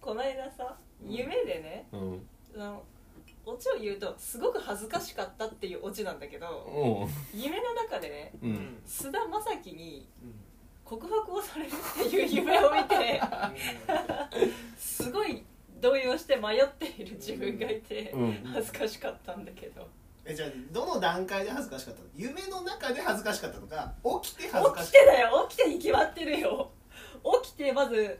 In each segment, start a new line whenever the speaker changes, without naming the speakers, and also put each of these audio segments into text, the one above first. この間さ
うん
夢でね、
うん
そのオチを言うとすごく恥ずかしかったっていうオチなんだけど
おう
夢の中でね
うん
菅田将暉に告白をされるっていう夢を見 てすごい動揺して迷っている自分がいて
うん
恥ずかしかったんだけど
えじゃあどの段階で恥ずかしかったの夢の中で恥ずかしかったのか起きて恥ずか
起き
しか
て
っ
だよ起きてに決まってるよ起きてまず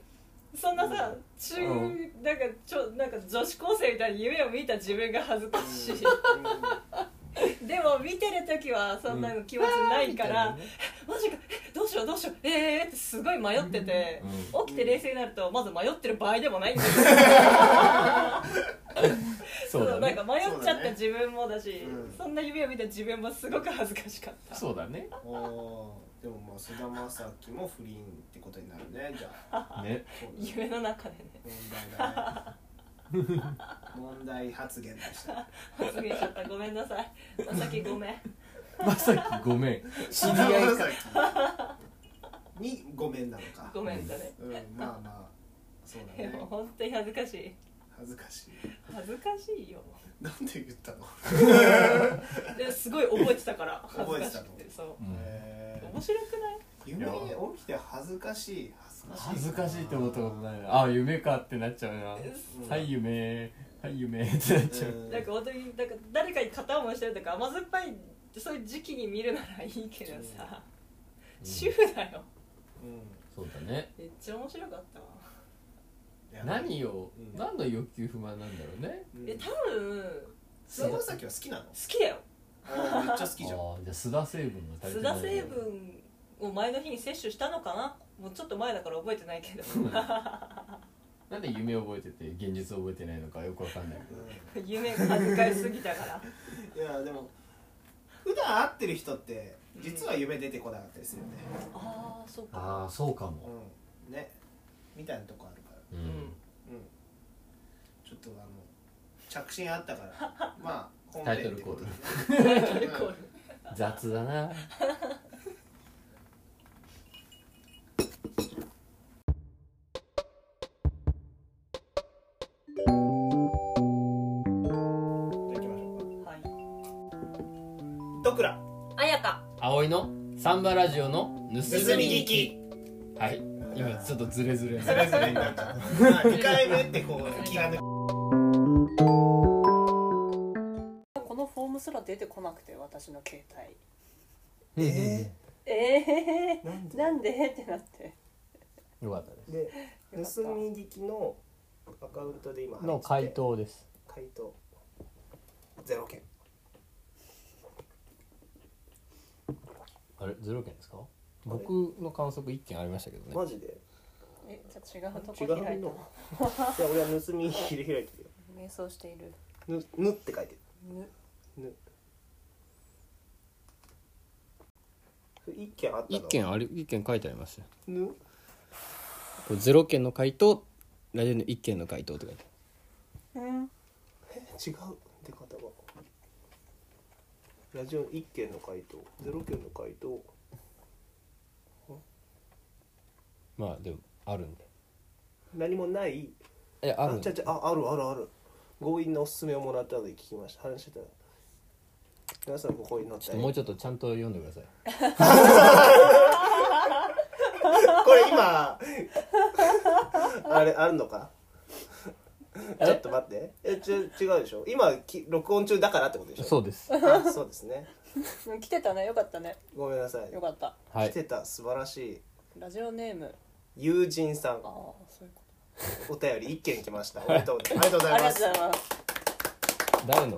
そんなさ中
うん
なんかちょなんか女子高生みたいに夢を見た自分が恥ずかし い
たうん
でも見てる時はそんなの気持ちないから、 マジかえどうしようどうしようえーってすごい迷ってて、
う
起きて冷静になるとまず迷ってる場合でもないんだよ
そうだ
なん
ね
か迷っちゃった自分もだし
うん
そんな夢を見た自分もすごく恥ずかしかった
そうだね
おーでもまあ菅田将暉も不倫ってことになるねじゃあ
ね
そうだね
夢の中でね
問題だね問題発言でした
発言しちゃったごめんなさいまさきごめん
まさきごめん知り合いか
菅田将暉にごめんなのか
ごめんだね
うんまあまあそうだ
で
ね
も本当に恥ずかしい
恥ずかしい
恥ずかしいよ
なんで言ったの
ですごい覚えてたから恥ず
覚え
か
て
したく
の
てそう
うん
えー
面白くない
夢に起きて恥ずかしい恥
恥
ず
ず
か
か
しい
しいって思ったことないなあ夢かってなっちゃうな
うん
はい夢はい夢ってなっちゃう
なんか本当になんか誰かに片思いしてるとか甘酸っぱいそういう時期に見るならいいけどさ、
うん
主婦だよ
うんうん
そうだね
めっちゃ面白かったわ、
いや
何を
うん
何の欲求不満なんだろうね
うん
え多分好
菅田将暉は好きなの
きだよ
あーめっちゃ好
あ
きじゃん
ーじゃあ須田成分が足
須
りてな
田
い
成分を前の日に摂取したのかなもうちょっと前だから覚えてないけど
なんで夢覚えてて現実覚えてないのかよくわかんないけど
う
夢が恥ずかしすぎたから
んいやでも普段会ってる人って実は夢出てこなかったりするよね
ああそう
あ
か
あそうかも
うんねみたいなとこあるから
う
う
んん
うんちょっとあの着信あったからまあ本
タ
編
イトル
って
コ
こと
ール
でね
タイトルコール
雑だな
じゃあ行きましょう
はい
かドクラ
あやか
葵のサンバラジオの
盗
盗み
み
聞
聞
き
き
はい今ちょっとズレズレ
それぞれになっちゃった2回目ってこう気が抜け
このフォームすら出てこなくて私の携帯
え
え
なん
ー、なんでってなって
よかったで
で
よかった
盗み聞きのアカウントで今
すの回答です
回答ゼロ件
あれゼロ件ですか僕の観測一件ありましたけどね
マジで
えじゃあ違うと
違
こ
う
開いた
のいや俺は盗み聞きで開いてるよ
瞑想している
ぬぬって書いてる
ぬ
ぬそれ一件あったの
一件あり一件書いてありましたよ
ぬ
これゼロ件の回答ラジオの一件の回答って書いて
うん
違う出方がラジオ1件の回答0件の回答
あるまあでもあるんで
何もない
えあるん
ちゃ
で
ちゃああるあるある強引なおすすめをもらったので聞きました話してた皆さんもここに載って
もうちょっとちゃんと読んでください
これ今あれあるのか
え
ちょっと待ってえち違うでしょ今き録音中だからってことでしょ
そうです
あそうですね
うん来てたねよかったね
ごめんなさい
よかった
来
はい
てた素晴らしい
ラジオネーム
友人さん
ああそういうこ
お便り一件来ましたおめでとうございますありがとう
と
ご
あ
ざい
り
ま
がと
す
うございます
誰の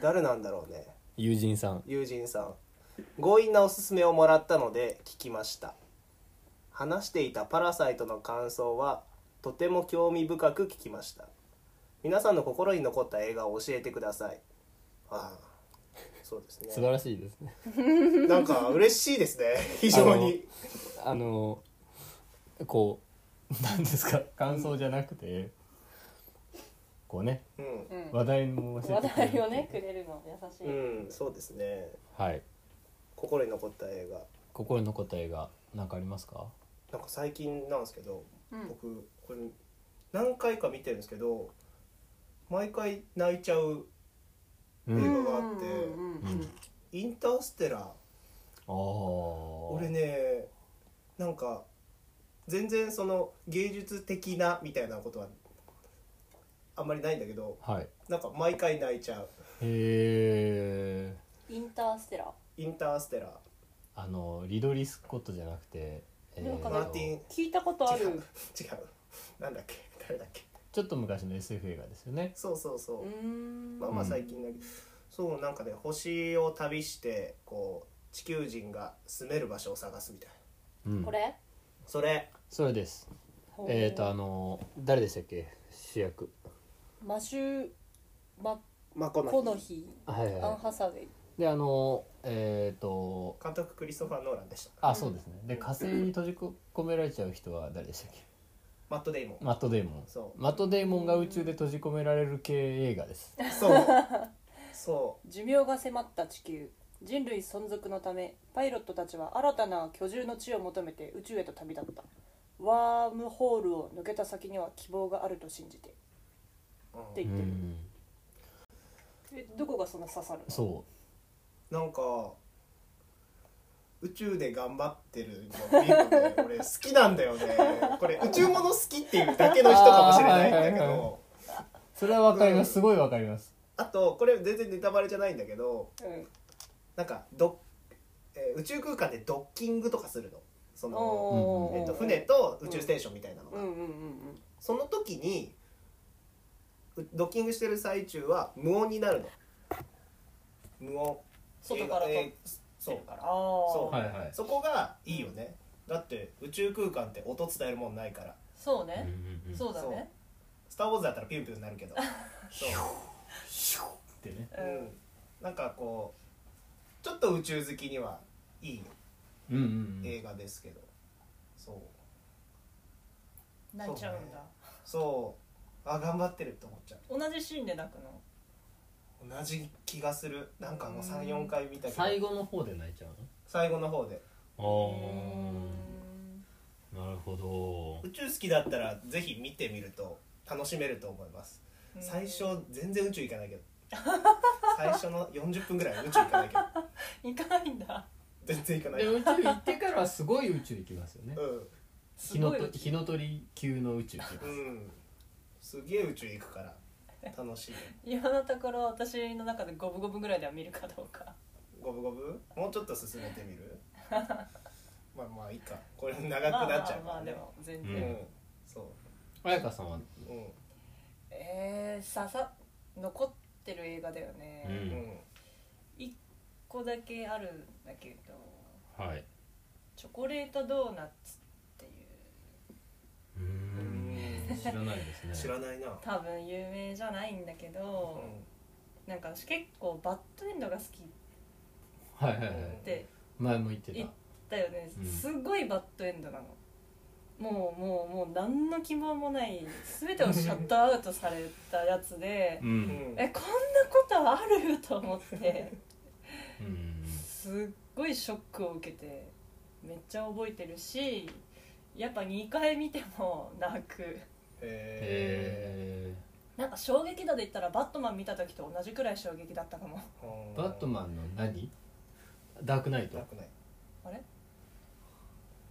誰なんだろうね
友人さん
友人さん強引なおすすめをもらったので聞きました話していた「パラサイト」の感想はとても興味深く聞きました皆さんの心に残った映画を教えてくださいああそうです
素晴
ね
らしいですね
なんか嬉しいですね非常に
あのこうなんですか感想じゃなくてこうね
うん
うん
話題も教え
話
てくれる
題をねくれるの優しい、
うんそうですね
はい
心に残った映画
心に残った映画なんかありますか
なんか最近なんですけど
うん
僕これ何回か見てるんですけど毎回泣いちゃう
う
映
ん、
画があって
うんうんうん
「インターステラー」
ああ
俺ねなんか全然その芸術的なみたいなことはあんまりないんだけど
はい
なんか毎回泣いちゃう
へえ
インターステラー
インターステラー
あのリドリー・スコットじゃなくて、え
なんかね
マーティン
聞いたことある
違うなんだっけ誰だっけ
ちょっと昔の SF 映画ですよね
そうそう
う
そ
ー
うんまあまあ
うん
最近だけどそうなんかね星を旅してこう地球人が住める場所を探すみたいな
うん
これ
それ
それですえっ、ー、とあの誰でしたっけ主役
マシュマ
マコ
コノヒ
はい
ー
はい
アン
は
ハサウェイ
いであのえっ、ー、と
監督クリストファー・ノーランでした
あそうですねで火星に閉じ込められちゃう人は誰でしたっけ
マット・デイモン
マット・デイモン
そう
マット・デイモンが宇宙で閉じ込められる系映画です
そうそう
寿命が迫った地球人類存続のためパイロットたちは新たな居住の地を求めて宇宙へと旅立ったワームホールを抜けた先には希望があると信じてって
う
言ってる、
ん
えどこがそんな刺さるの
そ
なんか宇宙で頑張ってるの見るのね俺好きなんだよねこれ宇宙もの好きっていうだけの人かもしれないんだけ
あーはいはいは
ど
うそれはわかりま
うん
すすごいわかります
あとこれ全然ネタバレじゃないんだけど
うん
なんかドッ、えー宇宙空間でドッキングとかするのその、
おー
えっと船と宇宙ステーションみたいなのが、
うんうんうん
その時にうドッキングしてる最中は無音になるの無音
外から撮っ
えー
て
そう
るから
そ
あ
う
あ
はいはい
そこがいいよねだって宇宙空間って音伝えるもんないから
そう
うん
ね
うんうん
そうだね
「スター・ウォーズ」だったらピュンピュンになるけどそう、
ってね
う
うんん、なんかこうちょっと宇宙好きにはいい
うんうんうん
映画ですけどそう
泣いちゃうんだ
そうあ頑張ってるって思っちゃう
同じシーンで泣くの
同じ気がするなんかもう
うん
34回見たけど
最後の方で泣いちゃう
最後の方で
のああなるほど
宇宙好きだったらぜひ見てみると楽しめると思います
うん
最初全然宇宙行かないけど最初の40分ぐらいは宇宙行かないけど
行かないんだ
全然行かない
で宇宙行ってからはすごい宇宙行きますよね
う
す
日の
ごい
と日の鳥級の宇宙行きます
ん、うん、すげえ宇宙行くから楽しいよ
今のところ私の中で五分五分ぐらいでは見るかどうか
五分五分もうちょっと進めてみ るまあまあいいかこれ長くなっちゃう
まあまあま
か
あ
ら
で
ね
も全
う
然、
んそ
彩香さんは
ううん
えー、ささ残ってる映画だよね、
う
一
ん
うん
個だけあるんだけど
はい
「チョコレートドーナツ」っていう
うーん知らないですね
知らないな
多分有名じゃないんだけ
うん
ど、なんか私結構バッドエンドが好き
はいはいはい
って
前も言ってた
いだよね、
うん
すごいバッドエンドなのもうもうもう何の希望もない全てをシャットアウトされたやつで
う
うんん
えこんなことあると思って
うん
すっごいショックを受けてめっちゃ覚えてるしやっぱ2回見ても 泣く
へ
え
なんか衝撃度で言ったらバットマン見た時と同じくらい衝撃だったかも
ー
ーバット
ン
マンの何ダークナイト
くない
あれ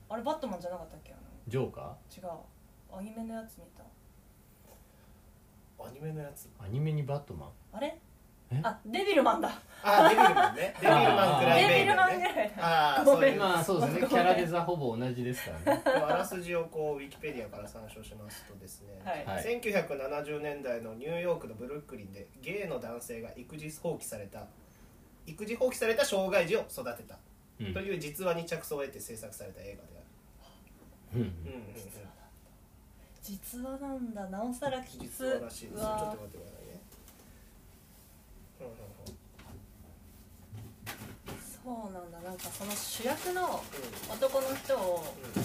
あれバットマンじゃなかったっけあ
ジョーカ
の違うアニメのやつ見た
アニメのやつ
ーアニメにバットマン
あれ
え
あデビルマンだ
あデビルマン ねデビルマンくらい
デ
メイ
ビ
ン
ルマン
だ
ぐ
ね
らいだ
ああ
ご
そう
め
い
ん
う
まあそうですね
ご
キ
めん
ャラデザほぼ同じですからね
あらすじをこうウィキペディアから参照しますとですね、
はい
はい
1970年代のニューヨークのブルックリンでゲイの男性が育児放棄された育児放棄された障害児を育てた
うん
という実話に着想を得て制作された映画で
うん
ある、うんうんうん、
実話なんだなおさらきつ
実話らしい
う
ですちょっと
わ
待ってくださいねうんうん
そうなんだなんかその主役の男の人を「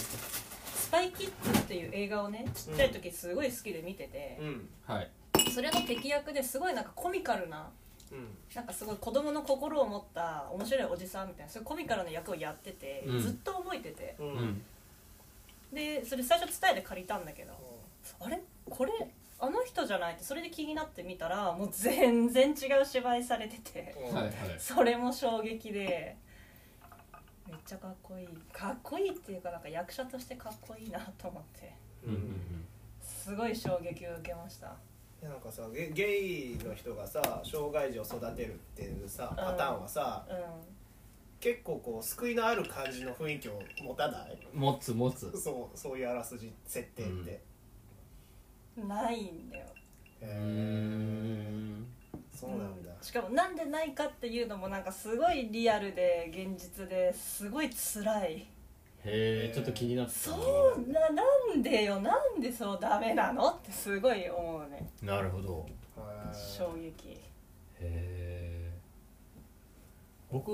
スパイキッズ」っていう映画をねちっちゃい時すごい好きで見てて
うんうん、うん
はい
それの敵役ですごいなんかコミカルな
うん
なんかすごい子供の心を持った面白いおじさんみたいなそういうコミカルな役をやってて、
うん
ずっと覚えてて
う
うんん
でそれ最初伝えて借りたんだけどあれこれあの人じゃないってそれで気になってみたらもう全然違う芝居されてて
はいはい
それも衝撃でめっちゃかっこいいかっこいいっていうかなんか役者としてかっこいいなと思って
うんうん
すごい衝撃を受けました
いやなんかさゲゲイの人がさ障害児を育てるっていうさパターンはさ、
う
結構こう救いのある感じの雰囲気を持たない
うん持つ持つ
そうそういうあらすじ設定って、
うん
へ
んないんだよ
うー
え
ん
そうなんだ、
しかもなんでないかっていうのもなんかすごいリアルで現実ですごい辛い
へえちょっと気になったな
そうななんでよなんでそうダメなのってすごい思うね
なるほど
へえ
衝撃
へえ僕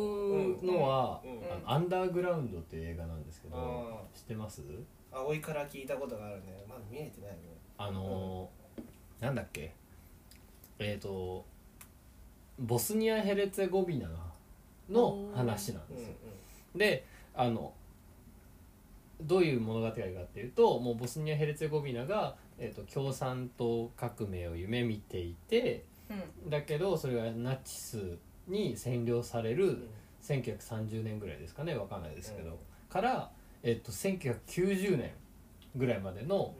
のは、
うん
うん
あのアンダーグラウンド」っていう映画なんですけど、
あ
知ってます
ー葵から聞いたことがあるねまだ見えてないね
あのーなんだっけえっ、とボスニア・ヘレツェゴビナの話なん
うん
ですよ、
う
であのどういう物語がっていうともうボスニア・ヘレツェゴビナが、えー、と共産党革命を夢見ていて
うん
だけどそれがナチスに占領される
ん
1930年ぐらいですかねわかんないですけど、
うん
から、えっと、1990年ぐらいまでの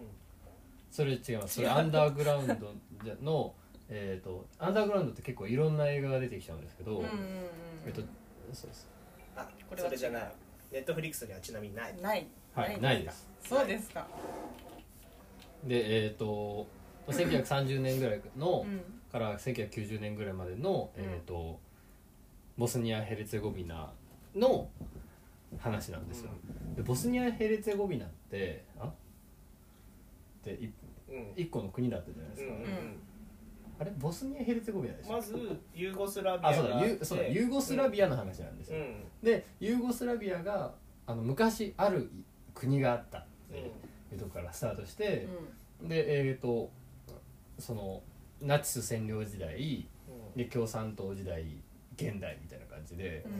それ違いますそれアンダーグラウンドじゃのえっとアンダーグラウンドって結構いろんな映画が出てきちゃうんですけど、
うんうん
えっと
う
そうです
あ
こ
こ
れ
れ
は
は
違う
それじゃないネットフリックスにはちなみにない
んない
はいないです
そうですか
でえっ、と1930年ぐらいの、
うん
から1990年ぐらいまでの、
うん
えっ、とボスニア・ヘルツェゴビナの話なんですよ、でボスニア・ヘルツェゴビナってあってい
うんうん
一個の国だったじゃないですか、
うん
うん
あれボスニア・ヘルツェゴビナでしょ、
まずユーゴスラビア
あそう
が
だ
あっ
ユ
て
そうだユーゴスラビアの話なんです
う
よ、
ん
でユーゴスラビアがあの昔ある国があったっ
う
て
ん
いうとこからスタートして、でえっ、とそのナチス占領時代で共産党時代現代みたいな感じで、
う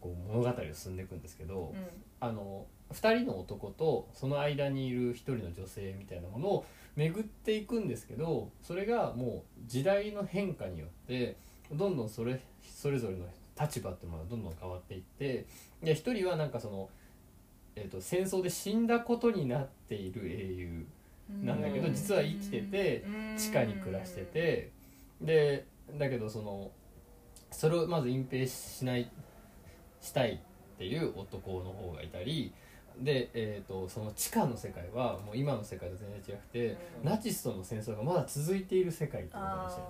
こう物語を進んでいくんですけど、
んうん
あの2人の男とその間にいる1人の女性みたいなものを巡っていくんですけどそれがもう時代の変化によってどんどんそれそれぞれの立場ってものがどんどん変わっていってで1人はなんかその、えー、と戦争で死んだことになっている英雄
うん
なんだけど
うん
実は生きてて
うん
地下に暮らしててでだけどそのそれをまず隠蔽しないしたいっていう男の方がいたりで、えー、とその地下の世界はもう今の世界と全然違く
う
て、
ん
ナチスとの戦争がまだ続いている世界っていう話なんですよ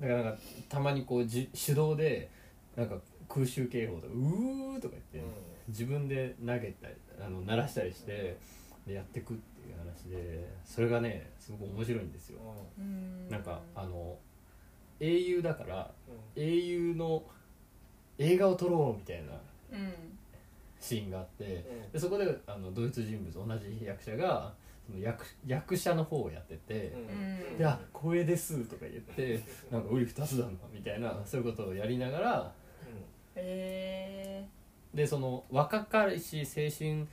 あ
だからなんかたまにこうじ手動でなんか空襲警報とか「うー」とか
う
言
ん
って自分で投げたりあの鳴らしたりしてでやっていくっていう話でそれがねすごく面白いんですよ。
うん
ーうん
なんかあの英雄だから
うん
英雄の映画を撮ろうみたいな
うん
シーンがあって
うん
でそこであのドイツ人物同じ役者がその役役者の方をやってて
うん
う
「
ん
であ光栄です」とか言って「なんかうり二つだな」みたいなそういうことをやりながら
へえ
でその若かりし青春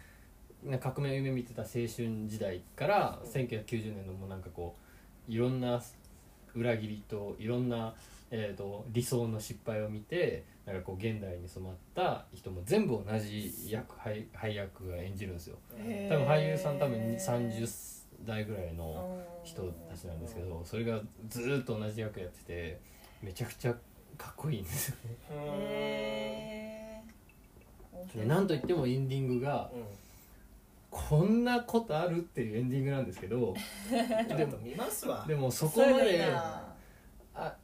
な革命を夢見てた青春時代から
うん
1990年のもうなんかこういろんな裏切りといろんな、えー、と理想の失敗を見てなんかこう現代に染まった人も全部同じ役配配役が演じるんですよ
うんうん
へー
多分俳優さん多分30代ぐらいの人たちなんですけどそれがずーっと同じ役やっててめちゃくちゃかっこいいんですよ
へ
で
え
なんといってもエンディングが
うん
こんなことあるっていうエンディングなんですけど
ちょっと見ますわ
でもそこまで
な
あ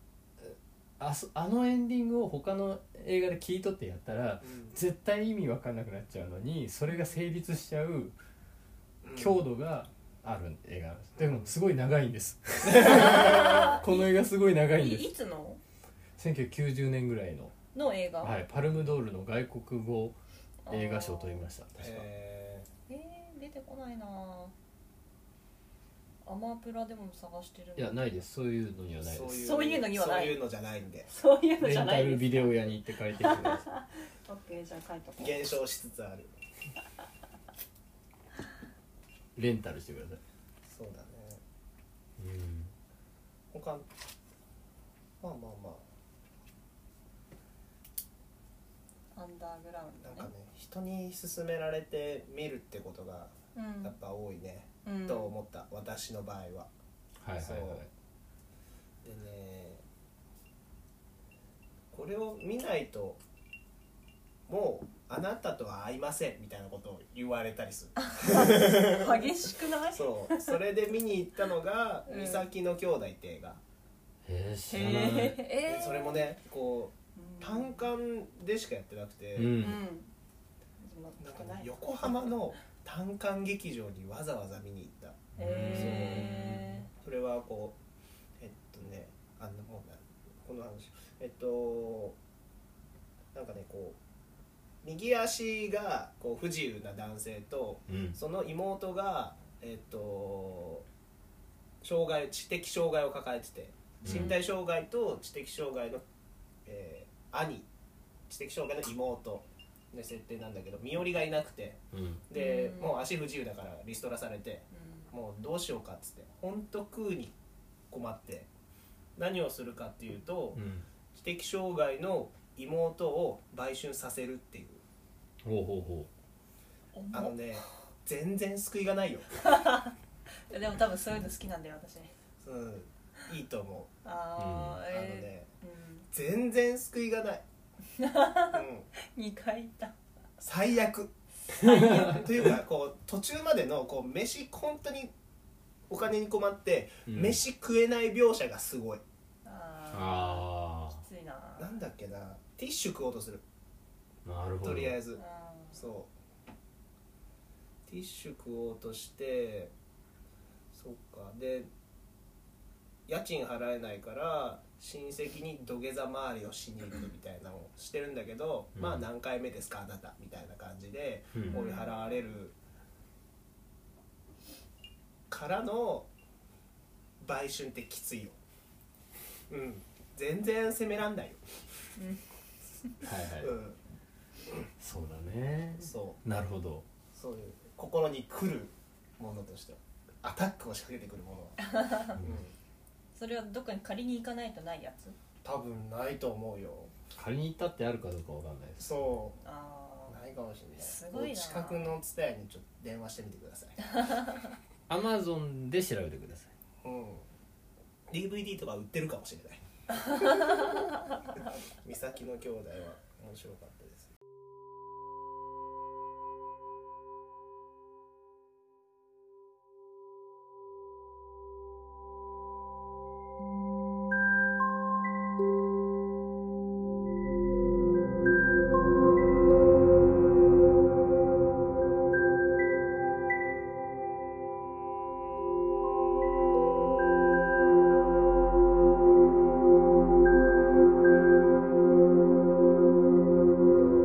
あそあのエンディングを他の映画で聞いとってやったら絶対意味わかんなくなっちゃうのにそれが成立しちゃう強度がある映画なんですでもすごい長いんですこの映画すごい長いん
い
で
いつの
す1990年ぐらいの、
の映画、
はい、パルムドールの外国語映画賞を取りました確か
へ
えー、出てこないなアマプラでも探してる
いやないですそういうのには
ー
ないです
そういうのにはない
そういうのじゃないんで
そういうのじ
レ
ゃ
ン
な
タ
い
ル
です
ビデオ屋に行って借りてきてください
オッケーじゃあ書いとこう
減少しつつある
レンタルしてください
そうだね
うん
他まあまあま
アンダーグラウン
あ
ド
なん
ね
かね人に勧められて見るってことがやっぱ多いね、
うん、
と思った私の場合は
はいはい
そう
はい
でねこれを見ないともうあなたとは会いませんみたいなことを言われたりする
うん、激しくない
そうそれで見に行ったのが
うん
美咲の兄弟って映画、
えー、知らない
へえ
でそれもねこう単館でしかやってなくて、
うん
うん、
なんか
な
ね
い
横浜の単館劇場にわざわざ見に行った
へ
それはこうえっとねあのもうなこの話えっとなんかねこう右足がこう不自由な男性と
うん
その妹がえっと障害知的障害を抱えてて身体障害と知的障害の、えー兄知的障害の妹で設定なんだけど身寄りがいなくて
うん
で、
うん
もう足不自由だからリストラされて、もうどうしようかっつって本当食うに困って何をするかっていうと、
うん
知的障害の妹を売春させるっていう
ほうほうほ
うん
あのね全然救いがないよ、
いやでも多分そういうの好きなんだよ私
うん、いいと思う
ああ、
あの
え
ね
ー
全然救い がない、うん、
うん、2回行った
最悪というかこう途中までのこう飯本当にお金に困って、
う、うん、
飯食えない描写がすごい
あ
あ
あきついな
なんだっけなティッシュ食おうとする
あなるほど
とりあえ
ず
ず
あ
そうティッシュ食おうとしてそっかで家賃払えないから親戚に土下座回りをしに行くみたいなのをしてるんだけど、
うん
まあ何回目ですかあなたみたいな感じで
うん
追い払われるからの売春ってきついようん全然責めらんないよ、
はいはい、
うん
そうだね
そう
なるほど
そういう心に来るものとしてアタックを仕掛けてくるものは、うん、
それはどっかに借りに行かないとないやつ
多分ないと思うよ
仮に行ったってあるかどうかわかんないです
そ
あ
う
あ
ないかもしれない
すごいな
お近くのツタヤにちょっと電話してみてください、
アマゾンで調べてください
うん、DVD とか売ってるかもしれない 美咲の兄弟は面白かったです
う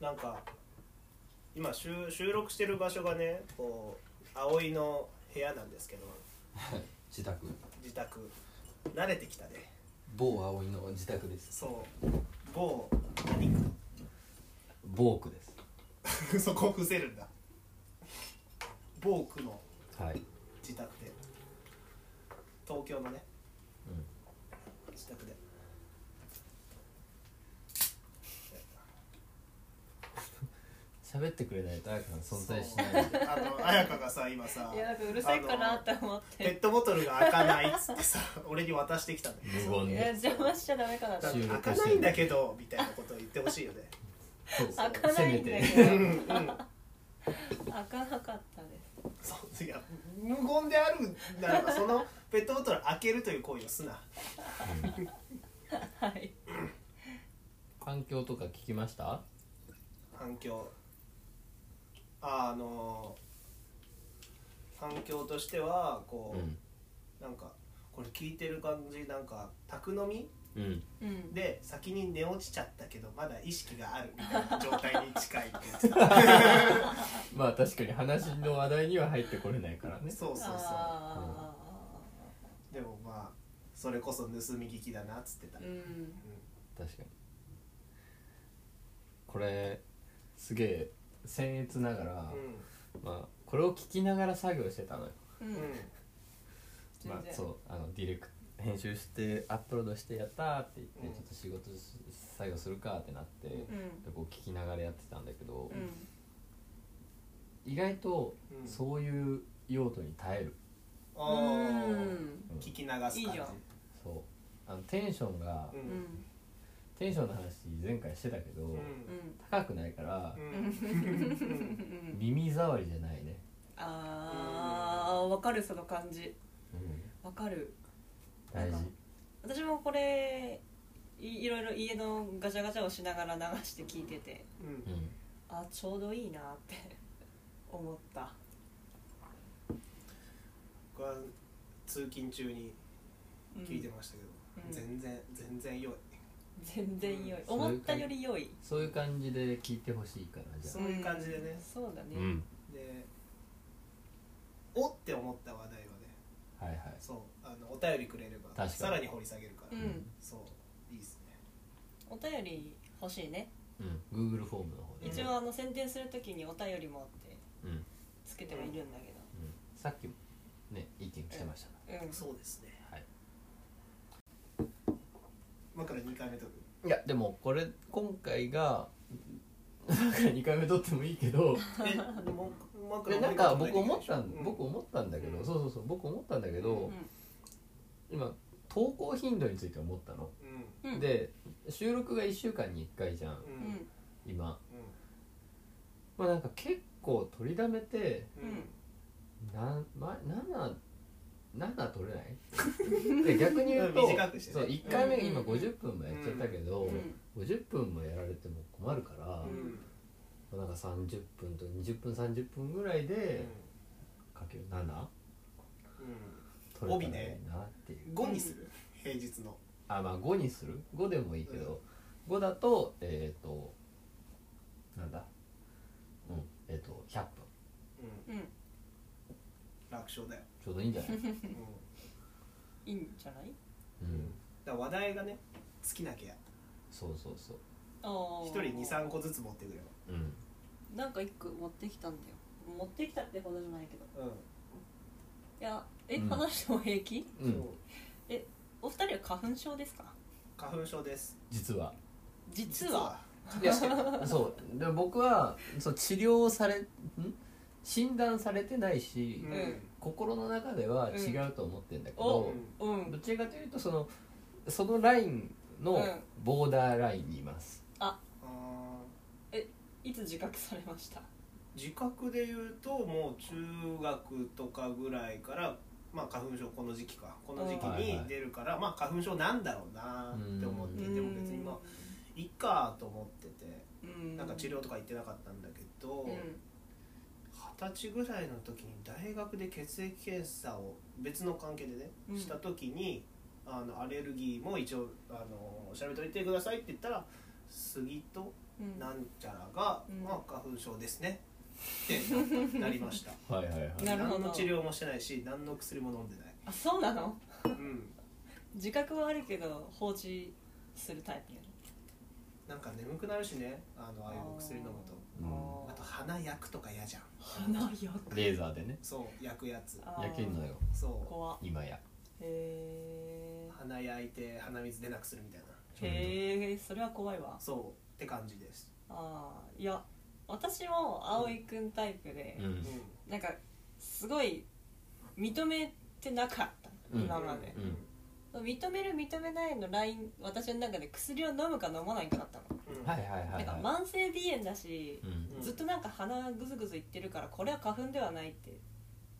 なんか今収収録してる場所がねこう葵の部屋なんですけど
はい自宅
自宅慣れてきたね
某葵の自宅です
そう某何か
某区です
そこを伏せるんだ某区の
はい
自宅で東京のね、自宅で
喋ってくれないとあやかん存在しない
そうあの彩香がさ今さ
いやなんかうるさいかなって思っ
ペッ
て
トボトルが開かないっつってさ俺に渡してきたんだけど
無
い
言
や
で
邪魔しちゃダメかなと
さ
収録して
開
る
かないんだけどみたいなことを言ってほしいよね
そう
開かないんだけ
うん
ど
う
開か
ん
なかったです
そういや無言であるならばそのペットボトル開けるという行為をすな
はい
環境とか聞きました
反響ああの反響としてはこ
う
う、
ん
なんかこれ聞いてる感じなんか宅飲み
うん
うん
で先に寝落ちちゃったけどまだ意識があるみたいな状態に近いって言って た
まあ確かに話の話題には入ってこれないからね
そうそうそ
あ
うでもまあそれこそ盗み聞きだなっつってた、
ーうん
確かにこれすげえ僭越ながら、
う
まあ、これを聞きながら作業してたのよ、
う
うん
ん
まあ
全、然
そうあのディレク編集してアップロードしてやったーって言って、
うん
ちょっと仕事し作業するかーってなって、
うん
うん
でこう聞きながらやってたんだけど、
うん
意外と
うん
そういう用途に耐える、
あー
うん
うん
聞き流す感じ
いいじゃん
そうあのテンションが、
う
うんん
テンションの話前回してたけど、
うん
うん
高くないから、
うんう
うんん
耳障りじゃないね、
あーわかるその感じわかる
大事
なんか私もこれいいろいろ家のガチャガチャをしながら流して聞いてて
うん
うん
あちょうどいいなって 思った
僕は通勤中に
うん
聞いてましたけど、
うん
全然全然良い
全然良い
うん
思ったより良い
そういう感じで聞いてほしいからじゃ
そ
あ
ういう感じでね
んそうだね
うん
でおって思った話題はね
はいはい
そうあのお便りくれれ
確か
ば
に
さらに掘り下げるから、
うん
そういいですね
お便り欲しいね
うん Google フォームの方でね
一応あの宣伝するときにお便りもって
うんうん
つけてはいるんだけど
さっきもね意見来てましたね
うん
そうですね
はい
今から2回目と る
いやでもこれ今回がなんか2回目撮ってもいいけ ど
えもうもう
でなんか僕思ったん、
うん
僕思ったんだけど、
うん
そうそうそう僕思ったんだけど、
う
今投稿頻度について思ったの、
うん
うん
で収録が1週間に1回じゃん
う
うんん
今
う
まあなんか結構取りだめて
んうん
なん、ま、7, 7取れないで逆に言うと
うん短くしてね
そう1回目が今
うん
50分もやっちゃったけど、
うん
50分もやられても困るから、
う
ま
ん
あなんか30分と20分30分ぐらいでかける7取れたらいいなってい
う
う、
ん5にする平日の
あまあ5にする5でもいいけど、5だとえっ、となんだうんえっ、と100分
うん
うん
楽勝だよ
ちょうどいいんじゃない、 うん
うん
いいんじゃない
だから話題がね尽きなきゃ
そうそうそう
あ
1
ー
人23個ずつ持ってくれ
うん
なんか一個持ってきたんだよ持ってきたってほどじゃないけどい
ば
やえ、
うん
話しても平気
う
うんんそう
お二人は花粉症ですか
花粉症です
実は
実は
いや そうで僕はそう治療されん診断されてないし、
実は
心の中では違うと思ってんだけど
う、ん
う
ど
ん
ちらかというとそのそのライン
う
の
ん
ボーダーラインにいます、
あ
いつ自覚されました
ー自覚で言うともう中学とかぐらいから、まあ、花粉症この時期かこの時期
はい
に
はい
出るから、まあ花粉症なんだろうなって思っていても別にまあいっかと思ってて
うん
なんか治療とか行ってなかったんだけど
うん
二十歳ぐらいの時に大学で血液検査を別の関係でね
うん
した時にあのアレルギーも一応あの調べといてくださいって言ったら杉と
うん
なんちゃらが、
うん
まあ、花粉症ですねってなりました
はいはいは い
なるほど
何の治療もしてないし何の薬も飲んでない、
あそうなの
うん、
自覚はあるけど放置するタイプやの
なんか眠くなるしねあのああいうお薬飲むと
うん
あと鼻焼くとか嫌じゃん
鼻や
レーザーでね
そう焼くやつ
あー
焼けんのよ
そ
怖っ
今や
へ
う鼻焼いて鼻水出なくするみたいな
えへえそれは怖いわ
そうって感じです、
あーいや私も葵くんタイプで
う、
うん
ん
なんかすごい認めてなかった
うん
今まで、
うん
認める認めないのライン私の中で薬を飲むか飲まないかだったの、
うん
はいはいはい
なんか
は
慢性鼻炎だし
い、うん
うん
ずっとなんか鼻ぐずぐずいってるからこれは花粉ではないって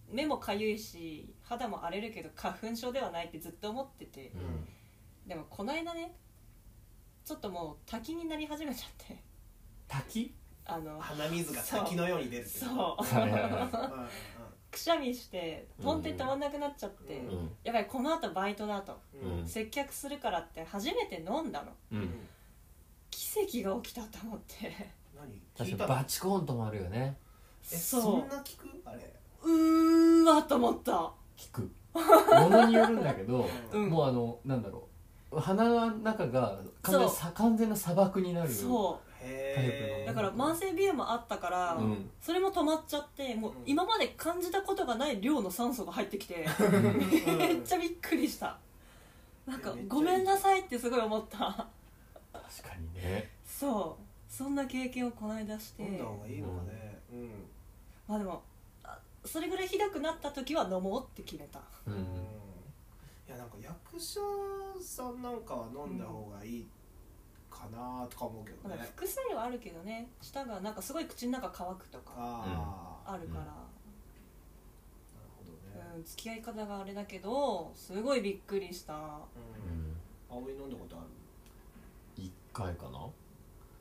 目もかゆいし肌も荒れるけど花粉症ではないってずっと思ってて
う
うん
ん
でもこの間ねちょっともう滝になり始めちゃって
滝
あ の
鼻水が滝のように出るってい
そう
はいはいは
うんうん
くしゃみして飛んで止まんなくなっちゃって、
い
うん
うん
やばいこの後バイトだと
うん
うん
接客するからって初めて飲んだの
うん
奇跡が起きたと思って
何聞
確
い
か
た
にバチコーンともあるよね
えそ
そ
んな聞くあれ
ううーわと思った
聞くものによるんだけど、
うん
もうあのなんだろう鼻の中が完全さ完全な砂漠になる
そ
タイプ
う
の
だから慢性鼻炎もあったから、
うん
それも止まっちゃってもう
うん
今まで感じたことがない量の酸素が入ってきて
うん
めっ
め
ちゃびっくりしたなんか
めっちゃいい
ごめんなさいってすごい思った
確かにね
そうそんな経験をこの間して
飲んだ方がいいのかねうん
まあでもあそれぐらいひどくなった時は飲もうって決めた
うん
うんいやなんか役者さんなんかは飲んだ方がいいかなとか思うけど
まだ
ね
副作用あるけどね舌がなんかすごい口の中乾くとか
ああ
あるから、
なるほど
うん
ね
付き合い方があれだけどすごいびっくりした
うん葵飲んだことある
一回かな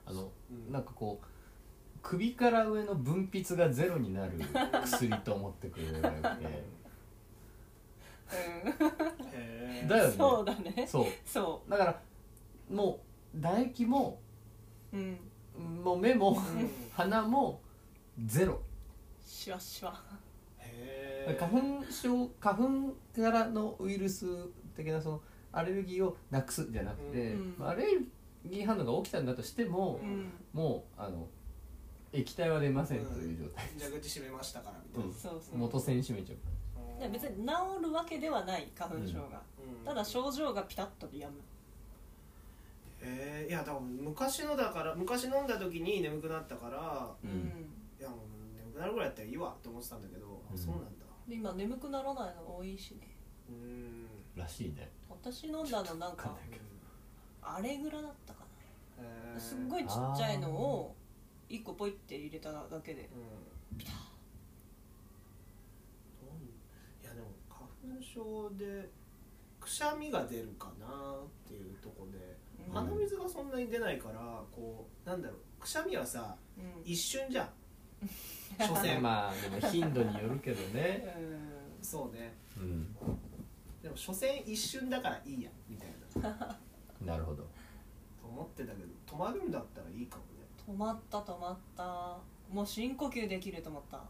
あの
うん
なんかこう首から上の分泌がゼロになる薬と思ってくれられ
うんへ
て
う
え
だよ
ん
ね
そうだね
そう
そ
だからもう唾液も
ううん
もう目も
うん
鼻もゼロ
シュワシュワ
へえ
花粉症花粉からのウイルス的なそのアレルギーをなくすじゃなくて、
うん
まあアレルギー反応が起きたんだとしても
う、ん
もうあの液体は出ませんという状態、
蛇口閉めましたからみたいな
そうそう
元栓閉めちゃう
で別に治るわけではない花粉症が、
うん
ただ症状がピタッとやむ
えーいやだから昔のだから昔飲んだ時に眠くなったから
うん
いやもう眠くなるぐらいやったらいいわと思ってたんだけど、あ
うん
そうなんだ
で今眠くならないの多いしね
うーん
らしいね
私飲んだのなんかアレグラだったか
え
な
ー
すっごいちっちゃいのを1個ポイって入れただけで
うんなんいやでも花粉症でくしゃみが出るかなっていうとこで
うん
鼻水がそんなに出ないからこうなんだろうくしゃみはさ
うん
一瞬じゃん 所詮
まあでも頻度によるけどね、
う
そうね
うん、
でも所詮一瞬だからいいやみたいな
なるほど
と思ってたけど止まるんだったらいいかも
ん
ね
止まった止まったもう深呼吸できると思った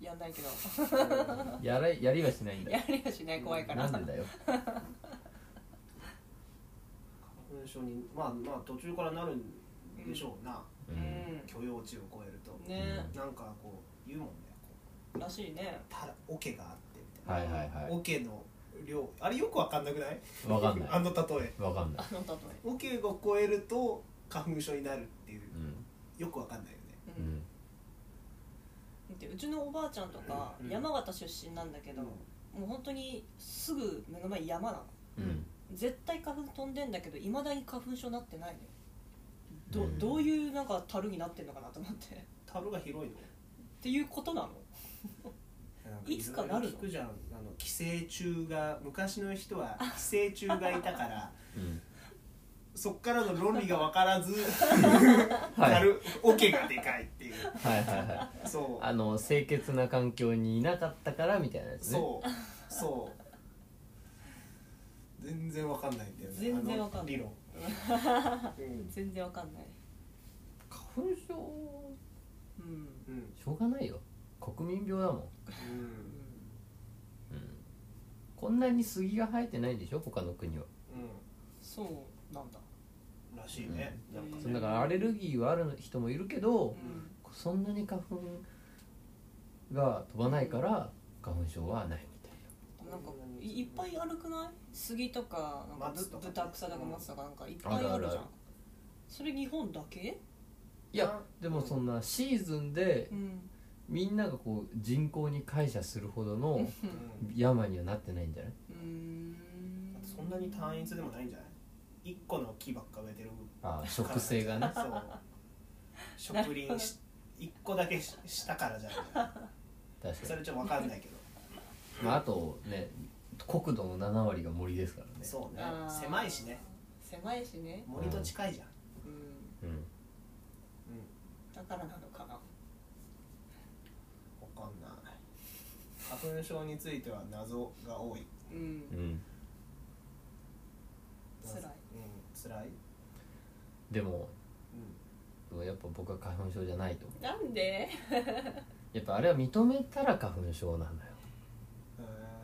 やんないけど
やれやりはしないんだ
やりはしない怖いから
なんでだよ
花粉症にまあまあ途中からなるんでしょうな、
う
うんん
許容値を超えると、
ね
なんかこう言うもんねこう
らしいね
ただオケがあってみたい
はいはい
な、
は
オケの量あれよくわかんなくない
いわかんない
あの例え
わかんない
あ、の例
オケを超えると花粉症になるっていう
うん
よくわかんないよね
え、
う
うん
ん、
でうちのおばあちゃんとか
うん
山形出身なんだけど、もう本当にすぐ目の前山なの
うん、
絶対花粉飛んでんだけどいまだに花粉症なってないのよど,、
うん
どういうなんか樽になってんのかなと思ってっ
樽が広いの
ていうことなのいつかなるの
聞くじゃんあの寄生虫が昔の 人は寄生虫がいたから
うん、
そっからの論理が分か らず
はいはい
樽オケがでかいっていう
はいはい
そう
あの清潔な環境にいなかったからみたいなやつね
そうそう全然わかんないんだよね
全然わかんない
あの理論、うん
全然わかんない
花粉症
うん
うん
しょうがないよ国民病だもん、うん、こんなに杉が生えてないんでしょ他の国は
う
そうなんだ
んらしいねなんか
う
ね
ん
そうだからアレルギーはある人もいるけど
うん
そんなに花粉が飛ばないから花粉症はないみたい
なんかいいっぱいあるくない杉とかなんかぶ
松とかね
豚草とか松とかなんかいっぱい
あ
あ
る
る
あ
じ
る
ゃんそれ日本だけ
ないやでもそんなシーズンで
うん
みんながこう人口に感謝するほどの
うん
山にはなってないんじゃない
うん
そんなに単一でもないんじゃない一個の木ばっか植えてる
ああ植生がね
そう植林し一個だけししたからじゃ ない
確か
それちょっとわかんないけど
に、まあ、あとね国土の7割が森ですからね
そうね
あー
狭いしね
狭いしね
森と近いじゃん、
うん
うん
だからなのかな
わかんない花粉症については謎が多い
うん
うん
辛い
うん辛い、
でも
う
やっぱ僕は花粉症じゃないと思う
なんで
やっぱあれは認めたら花粉症なのよ
ん、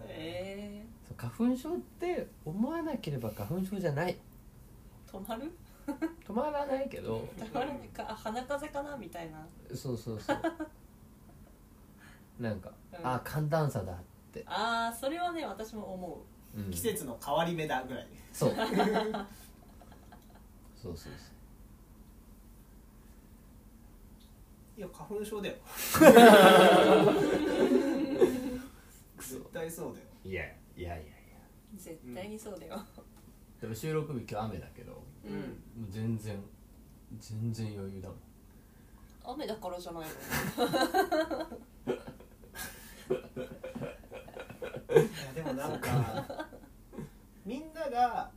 え
え
そう花粉症って思わなければ花粉症じゃない
ー、止まる
止まらないけど
止まらない かあ鼻風邪かなみたいな
そうそうそうなんか、
うん
ああ寒暖差だ、
あーそれはね私も思
うん
ー季節の変わり目だぐらい
そう そうそうそう
いや花粉 症だよ 絶対そうだよ
いやいやいやいや
う絶対にそうだよ
でも収録日今日雨だけども
うん、
う全然全然余裕だもん
雨だからじゃないの
いやでもなんかみんなが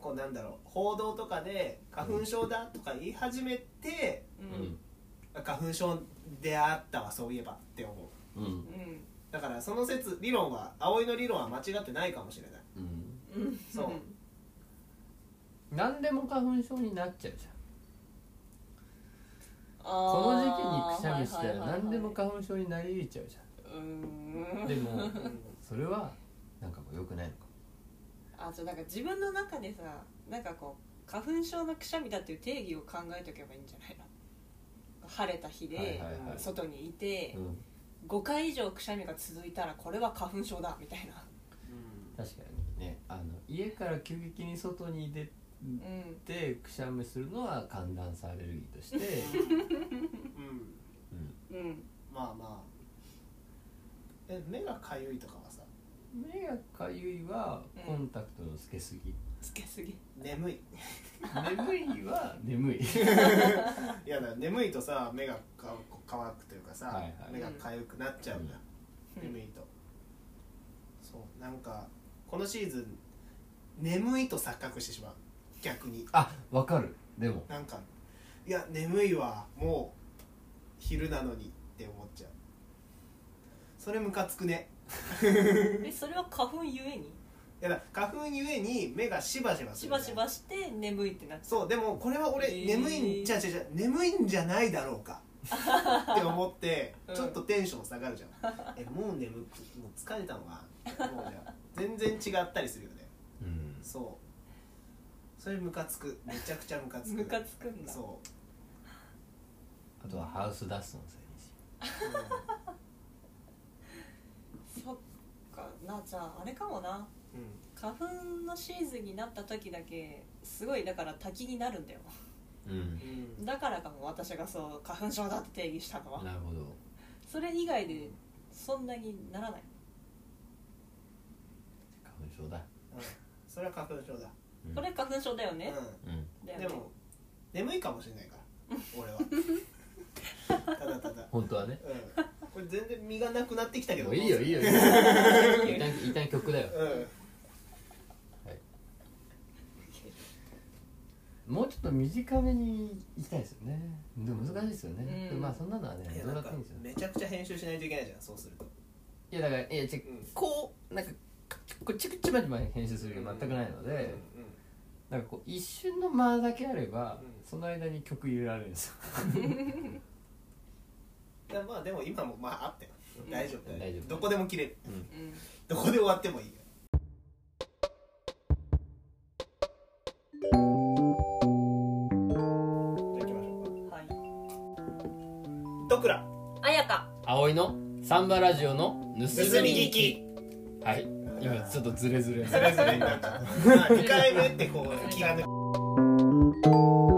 こうなんだろう報道とかで花粉症だとか言い始めて、
うん
花粉症であったわそういえばって思う
うんうん
うん
だからその説理論は葵の理論は間違ってないかもしれない
うん
うん
そう
何でも花粉症になっちゃうじゃん
こ
この時期にくしゃみしたら何でも花粉症になりちゃうじゃ
うーん
んでも
う
それはなんかもう良くないのかも
あとなんか自分の中でさなんかこう花粉症のくしゃみだっていう定義を考えとけばいいんじゃないの晴れた日で、
はいはいはい
外にいて
う、ん
5回以上くしゃみが続いたらこれは花粉症だみたいな、
ん
確かにねあの家から急激に外に出
うん、
てくしゃみするのは寒暖差アレルギーとして、
うん
うん
うん、
まあまあえ目がかゆいとかはさ
目がかゆいは
うん
コンタクトのつけすぎ、
つけすぎ
眠い
眠いは眠い
いやだから眠いとさ目がか乾くというかさ、
はいはい
目がかゆくなっちゃうんだ、
うん
眠いと、そうなんかこのシーズン眠いと錯覚してしまう逆に
あわかるでも
なんかいや眠いはもう昼なのにって思っちゃうそれムカつくね
えそれは花粉ゆえに
いやだから花粉ゆえに目がしばしばす
し
るじゃ
ば
ん
しばして眠いってなっちゃ
そうでもこれは俺
えー
眠いんじゃじゃじゃ眠いんじゃないだろ うかって思って
うん
ちょっとテンション下がるじ ゃん、えもう眠くもう疲れたのかなもうじゃあ全然違ったりするよね
うん
そうそれムカつくめちゃくちゃムカ
う
つく
ムカつくんだ
そ
あとはハウスダストのせいにし
う、
そっかなじゃああれかもな
うんうん
花粉のシーズンになった時だけすごいだから滝になるんだよ
うん
うん
だからかも私がそう花粉症だって定義したのは
なるほど
それ以外でそんなにならない
花粉症だ
それは花粉症だ、
うん
これ花粉症だよね、
うん
だ
う
よね
ん、でも眠いかもしれないから俺 はただただ、
本当はね
うん、これ全然身がなくなってきたけど
もういいよいいよいいよ 一旦一旦曲だよ
うん
もうちょっと短めにいきたいですよねでも難しいですよね、
うん
でもまあそんなのはね
いや
ど
な
うだ
んか
っていいんですよ
めちゃくちゃ編集しないといけないじゃんそうすると、
いやだからいやちょ
うん
こうなんかこうちくちまちま編集する気は全くないので、
うんうん
なんかこう一瞬の間だけあれば、
うん
その間に曲入れられるんですよ
いやまあでも今もまああったよ大丈夫
大丈夫
どこでも切れる
うん
どこで終わってもいいよじゃあ行きましょう
はい
かドクラ
あやか
葵のサンバラジオの
盗
盗み
み
聞
聞
き
き
はい 今ちょっとズレズレ
それぞれになっちゃったまあ二回目ってこう気が抜け